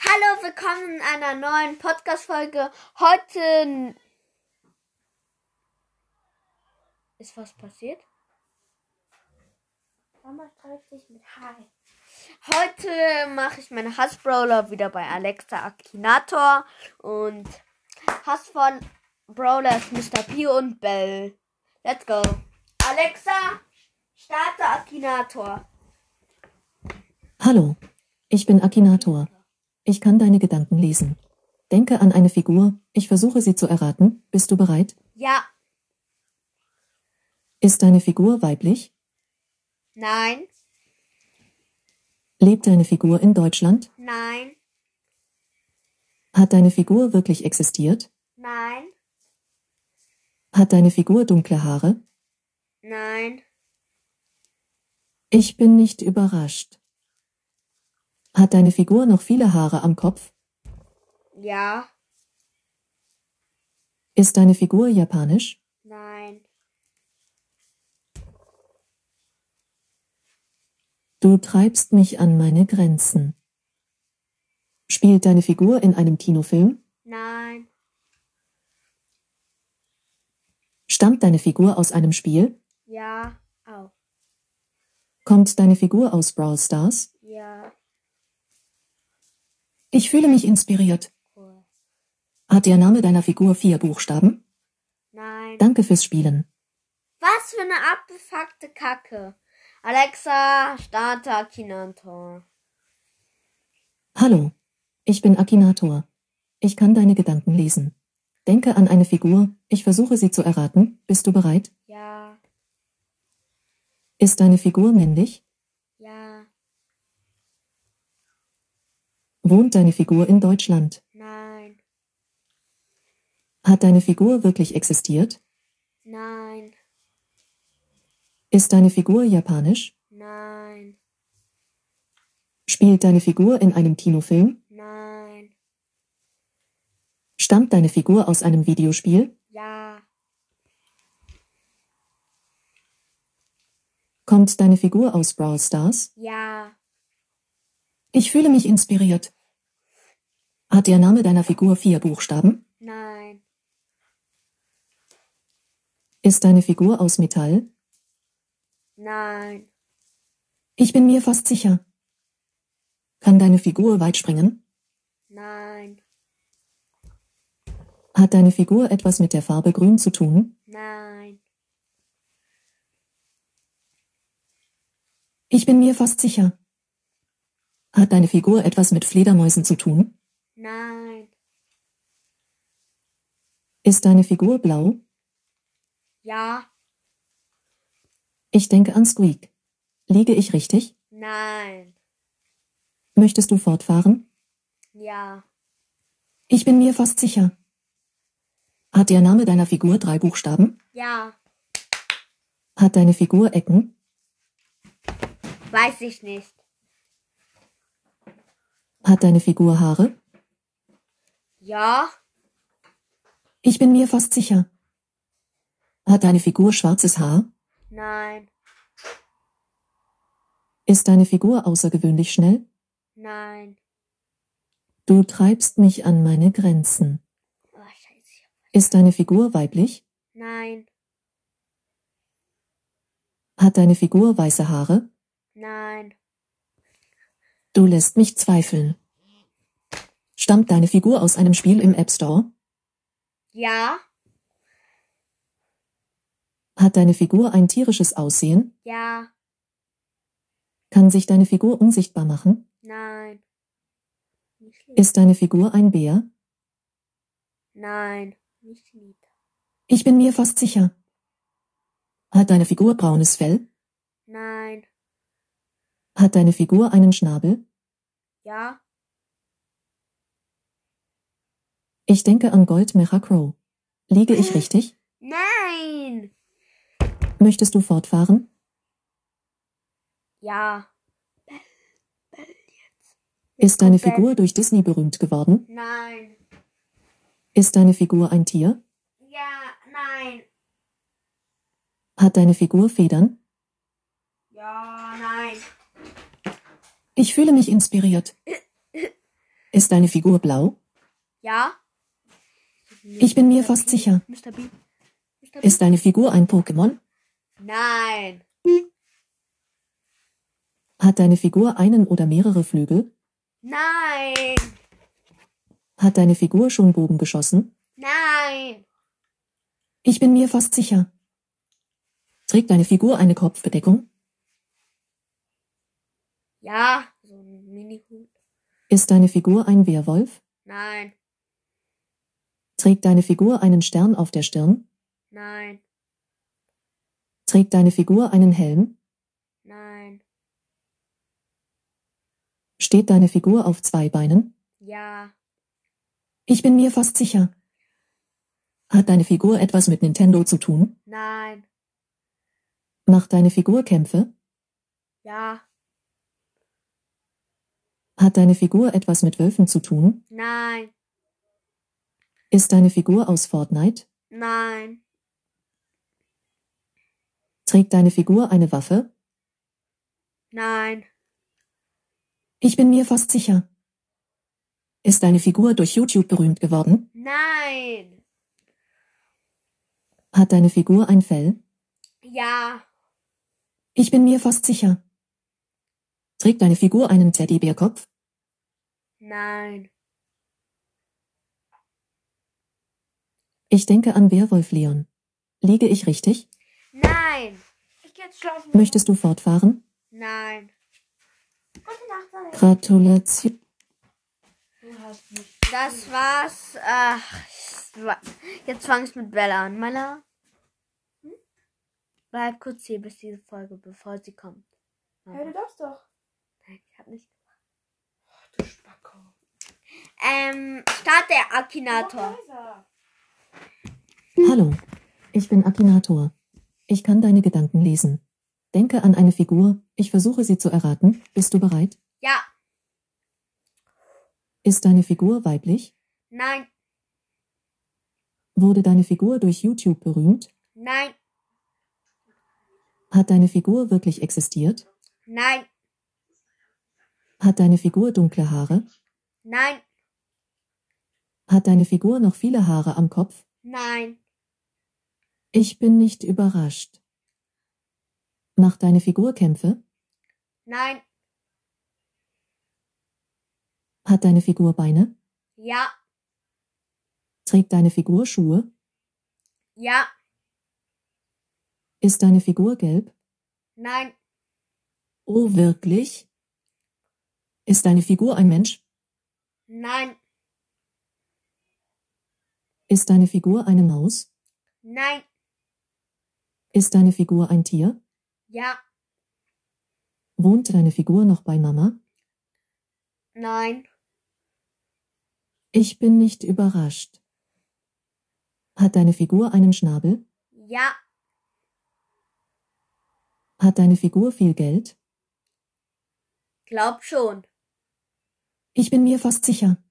Hallo, willkommen in einer neuen Podcast-Folge. Heute. n- Ist was passiert? Mama streift dich mit Hi. Heute mache ich meine Hass-Brawler wieder bei Alexa Akinator. Und Hass von Brawler ist Mr. P und Bell. Let's go. Alexa, starte Akinator. Hallo, ich bin Akinator. Ich kann deine Gedanken lesen. Denke an eine Figur, ich versuche sie zu erraten. Bist du bereit? Ja, Ist deine Figur weiblich? nein, Lebt deine Figur in Deutschland? nein, Hat deine Figur wirklich existiert? nein, Hat deine Figur dunkle Haare? nein, Ich bin nicht überrascht. Hat deine Figur noch viele Haare am Kopf? ja, Ist deine Figur japanisch? nein, Du treibst mich an meine Grenzen. Spielt deine Figur in einem Kinofilm? nein, Stammt deine Figur aus einem Spiel? ja, au, Kommt deine Figur aus Brawl Stars? ja, Ich fühle mich inspiriert. cool. Hat der Name deiner Figur vier Buchstaben? Nein. Danke fürs Spielen. Was für eine abgefuckte Kacke. Alexa, starte Akinator. Hallo. Ich bin Akinator. Ich kann deine Gedanken lesen. Denke an eine Figur, ich versuche sie zu erraten. Bist du bereit? Ja, Ist deine Figur männlich? ja, Wohnt deine Figur in Deutschland? nein, Hat deine Figur wirklich existiert? nein, Ist deine Figur japanisch? nein, Spielt deine Figur in einem Kinofilm? nein, Stammt deine Figur aus einem Videospiel? ja, Kommt deine Figur aus Brawl Stars? ja, Ich fühle mich inspiriert. Hat der Name deiner Figur vier Buchstaben? nein, Ist deine Figur aus Metall? nein, Ich bin mir fast sicher. Kann deine Figur weit springen? nein, Hat deine Figur etwas mit der Farbe grün zu tun? nein, Ich bin mir fast sicher. Hat deine Figur etwas mit Fledermäusen zu tun? nein, Ist deine Figur blau? ja, Ich denke an Squeak. Liege ich richtig? nein, Möchtest du fortfahren? ja, Ich bin mir fast sicher. Hat der Name deiner Figur drei Buchstaben? ja, Hat deine Figur Ecken? weiß ich nicht, Hat deine Figur Haare? ja, Ich bin mir fast sicher. Hat deine Figur schwarzes Haar? nein, Ist deine Figur außergewöhnlich schnell? nein, Du treibst mich an meine Grenzen. oh, scheiße, Ist deine Figur weiblich? nein, Hat deine Figur weiße Haare? nein, Du lässt mich zweifeln. Stammt deine Figur aus einem Spiel im App Store? ja, Hat deine Figur ein tierisches Aussehen? ja, Kann sich deine Figur unsichtbar machen? nein, nicht schlimm. Ist deine Figur ein Bär? Nein, nicht lieb. Ich bin mir fast sicher. Hat deine Figur braunes Fell? Nein, Hat deine Figur einen Schnabel? ja, Ich denke an Goldmecher Crow. Liege ich richtig? nein, Möchtest du fortfahren? ja, Ist deine Figur durch Disney berühmt geworden? nein, Ist deine Figur ein Tier? ja, nein, Hat deine Figur Federn? ja, nein, Ich fühle mich inspiriert. Ist deine Figur blau? Ja? Ich bin mir fast sicher. Mr. B. Mr. B. Ist deine Figur ein Pokémon? Nein. Hat deine Figur einen oder mehrere Flügel? Nein. Hat deine Figur schon Bogen geschossen? Nein. Ich bin mir fast sicher. Trägt deine Figur eine Kopfbedeckung? Ja. So ein Mini-Hut. Ist deine Figur ein Werwolf? Nein. Trägt deine Figur einen Stern auf der Stirn? Nein. Trägt deine Figur einen Helm? Nein. Steht deine Figur auf zwei Beinen? Ja. Ich bin mir fast sicher. Hat deine Figur etwas mit Nintendo zu tun? Nein. Macht deine Figur Kämpfe? Ja. Hat deine Figur etwas mit Wölfen zu tun? Nein. Ist deine Figur aus Fortnite? Nein. Trägt deine Figur eine Waffe? Nein. Ich bin mir fast sicher. Ist deine Figur durch YouTube berühmt geworden? Nein. Hat deine Figur ein Fell? Ja. Ich bin mir fast sicher. Trägt deine Figur einen Teddybärkopf? Nein. Ich denke an Werwolf Leon. Liege ich richtig? Nein. Ich gehe jetzt schlafen. Möchtest du fortfahren? Nein. Gute Nacht, Sonne. Gratulation. Du hast mich. Das war's. Ach, es war- jetzt fang ich mit Bella an. Mala. Hm? Bleib kurz hier bis diese Folge, bevor sie kommt. Hör du Nein, das doch. ich hab nicht. Ach, du Spacko. Ähm, starte Akinator. Hallo. Ich bin Akinator. Ich kann deine Gedanken lesen. Denke an eine Figur. Ich versuche sie zu erraten. Bist du bereit? Ja. Ist deine Figur weiblich? Nein. Wurde deine Figur durch YouTube berühmt? Nein. Hat deine Figur wirklich existiert? Nein. Hat deine Figur dunkle Haare? Nein. Hat deine Figur noch viele Haare am Kopf? Nein. Ich bin nicht überrascht. Macht deine Figur Kämpfe? Nein. Hat deine Figur Beine? Ja. Trägt deine Figur Schuhe? Ja. Ist deine Figur gelb? Nein. Oh, wirklich? Ist deine Figur ein Mensch? Nein. Ist deine Figur eine Maus? Nein. Ist deine Figur ein Tier? Ja. Wohnt deine Figur noch bei Mama? Nein. Ich bin nicht überrascht. Hat deine Figur einen Schnabel? Ja. Hat deine Figur viel Geld? Glaub schon. Ich bin mir fast sicher.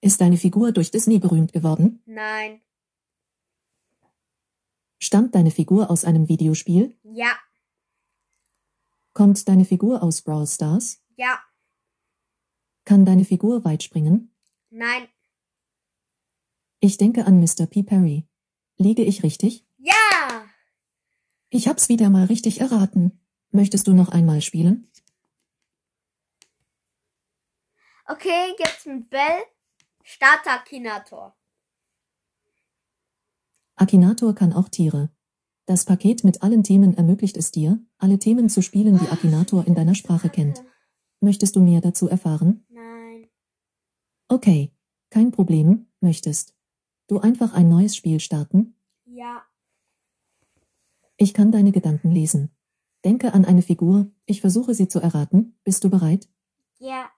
Ist deine Figur durch Disney berühmt geworden? Nein. Stammt deine Figur aus einem Videospiel? Ja. Kommt deine Figur aus Brawl Stars? Ja. Kann deine Figur weit springen? Nein. Ich denke an Mr. P. Perry. Liege ich richtig? Ja. Ich hab's wieder mal richtig erraten. Möchtest du noch einmal spielen? Okay, jetzt mit Bell. Starter Akinator. Akinator kann auch Tiere. Das Paket mit allen Themen ermöglicht es dir, alle Themen zu spielen, die Akinator in deiner Sprache kennt. Möchtest du mehr dazu erfahren? Nein. Okay, kein Problem, möchtest. Du einfach ein neues Spiel starten? Ja. Ich kann deine Gedanken lesen. Denke an eine Figur, ich versuche sie zu erraten. Bist du bereit? Ja.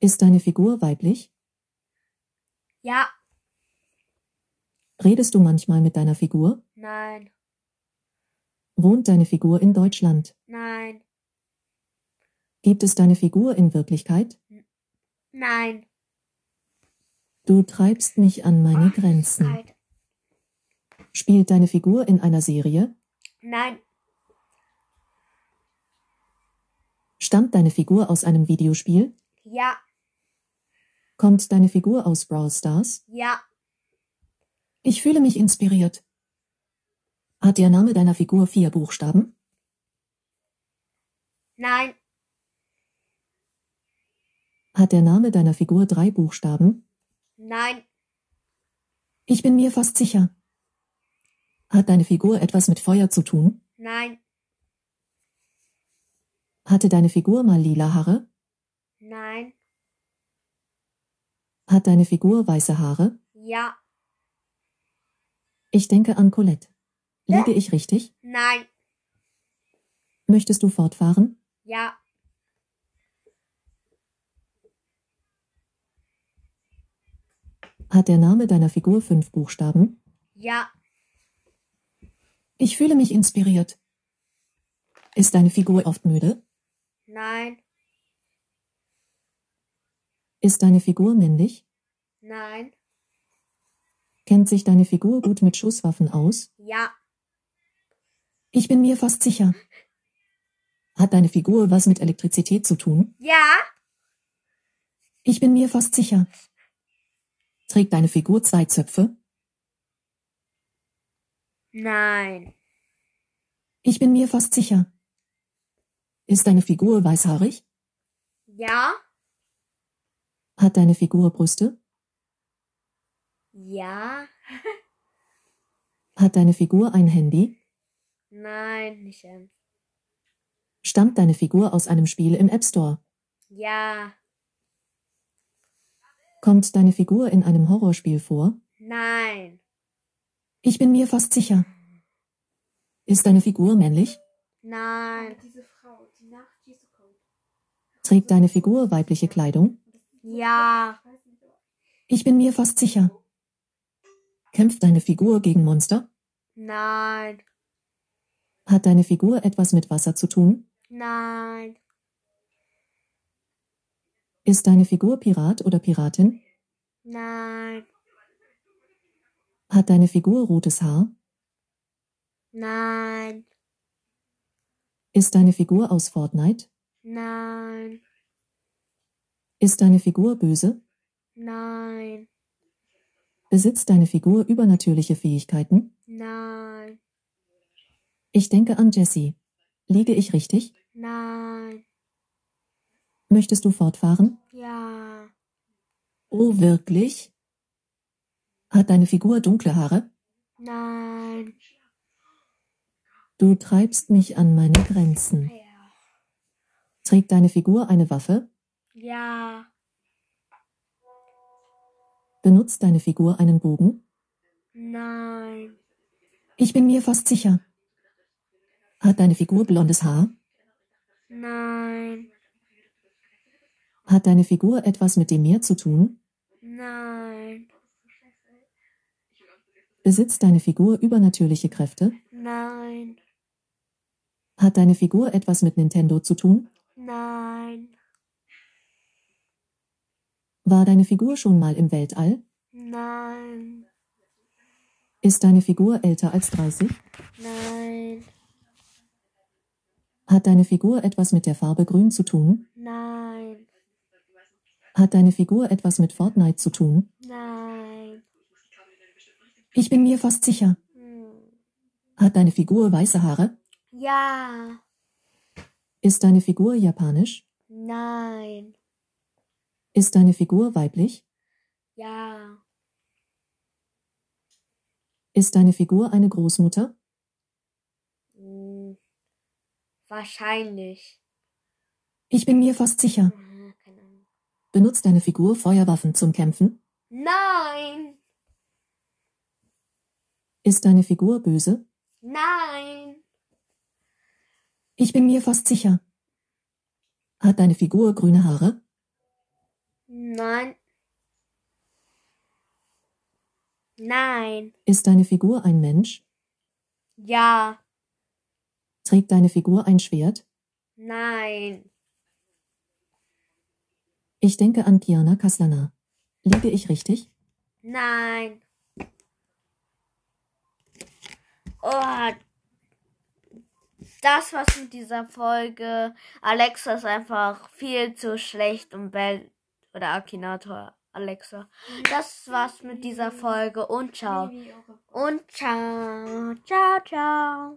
Ist deine Figur weiblich? Ja. Redest du manchmal mit deiner Figur? Nein. Wohnt deine Figur in Deutschland? Nein. Gibt es deine Figur in Wirklichkeit? Nein. Du treibst mich an meine Grenzen. Nein. Spielt deine Figur in einer Serie? Nein. Stammt deine Figur aus einem Videospiel? Ja, Kommt deine Figur aus Brawl Stars? ja, Ich fühle mich inspiriert. Hat der Name deiner Figur vier Buchstaben? nein, Hat der Name deiner Figur drei Buchstaben? nein, Ich bin mir fast sicher. Hat deine Figur etwas mit Feuer zu tun? nein, Hatte deine Figur mal lila Haare? nein, Hat deine Figur weiße Haare? ja, Ich denke an Colette. Liege ich richtig? nein, Möchtest du fortfahren? ja, Hat der Name deiner Figur fünf Buchstaben? ja, Ich fühle mich inspiriert. Ist deine Figur oft müde? nein, Ist deine Figur männlich? nein, Kennt sich deine Figur gut mit Schusswaffen aus? ja, Ich bin mir fast sicher. Hat deine Figur was mit Elektrizität zu tun? ja, Ich bin mir fast sicher. Trägt deine Figur zwei Zöpfe? nein, Ich bin mir fast sicher. Ist deine Figur weißhaarig? ja, Hat deine Figur Brüste? ja, Hat deine Figur ein Handy? nein, nicht ernst. Stammt deine Figur aus einem Spiel im App Store? Ja, Kommt deine Figur in einem Horrorspiel vor? nein, Ich bin mir fast sicher. Ist deine Figur männlich? nein, Diese Frau, die nach Jesus kommt. Trägt deine Figur weibliche Kleidung? ja, Ich weiß nicht, ob- Ich bin mir fast sicher. Kämpft deine Figur gegen Monster? nein, Hat deine Figur etwas mit Wasser zu tun? nein, Ist deine Figur Pirat oder Piratin? nein, Hat deine Figur rotes Haar? nein, Ist deine Figur aus Fortnite? nein, Ist deine Figur böse? nein, Besitzt deine Figur übernatürliche Fähigkeiten? nein, Ich denke an Jessie. Liege ich richtig? nein, Möchtest du fortfahren? ja, Oh, wirklich? Hat deine Figur dunkle Haare? nein, Du treibst mich an meine Grenzen. ja, Trägt deine Figur eine Waffe? ja, Benutzt deine Figur einen Bogen? nein, Ich bin mir fast sicher. Hat deine Figur blondes Haar? nein, Hat deine Figur etwas mit dem Meer zu tun? nein, Besitzt deine Figur übernatürliche Kräfte? nein, Hat deine Figur etwas mit Nintendo zu tun? nein, War deine Figur schon mal im Weltall? nein, Ist deine Figur älter als 30? nein, Hat deine Figur etwas mit der Farbe grün zu tun? nein, Hat deine Figur etwas mit Fortnite zu tun? nein, Ich bin mir fast sicher. Hm. Hat deine Figur weiße Haare? ja, Ist deine Figur japanisch? nein, Ist deine Figur weiblich? ja, Ist deine Figur eine Großmutter? Hm. wahrscheinlich, Ich bin mir fast sicher. Ah, keine Ahnung, Benutzt deine Figur Feuerwaffen zum Kämpfen? nein, Ist deine Figur böse? nein, Ich bin mir fast sicher. Hat deine Figur grüne Haare? nein, nein, Ist deine Figur ein Mensch? ja, Trägt deine Figur ein Schwert? nein, Ich denke an Kiana Kaslana. Liege ich richtig? nein. Oh, das was mit dieser Folge. Alexa ist einfach viel zu schlecht und Bell oder Akinator Alexa. Das oh war's mit dieser Folge und ciao. Nee, wie eure Und ciao. Ciao, ciao.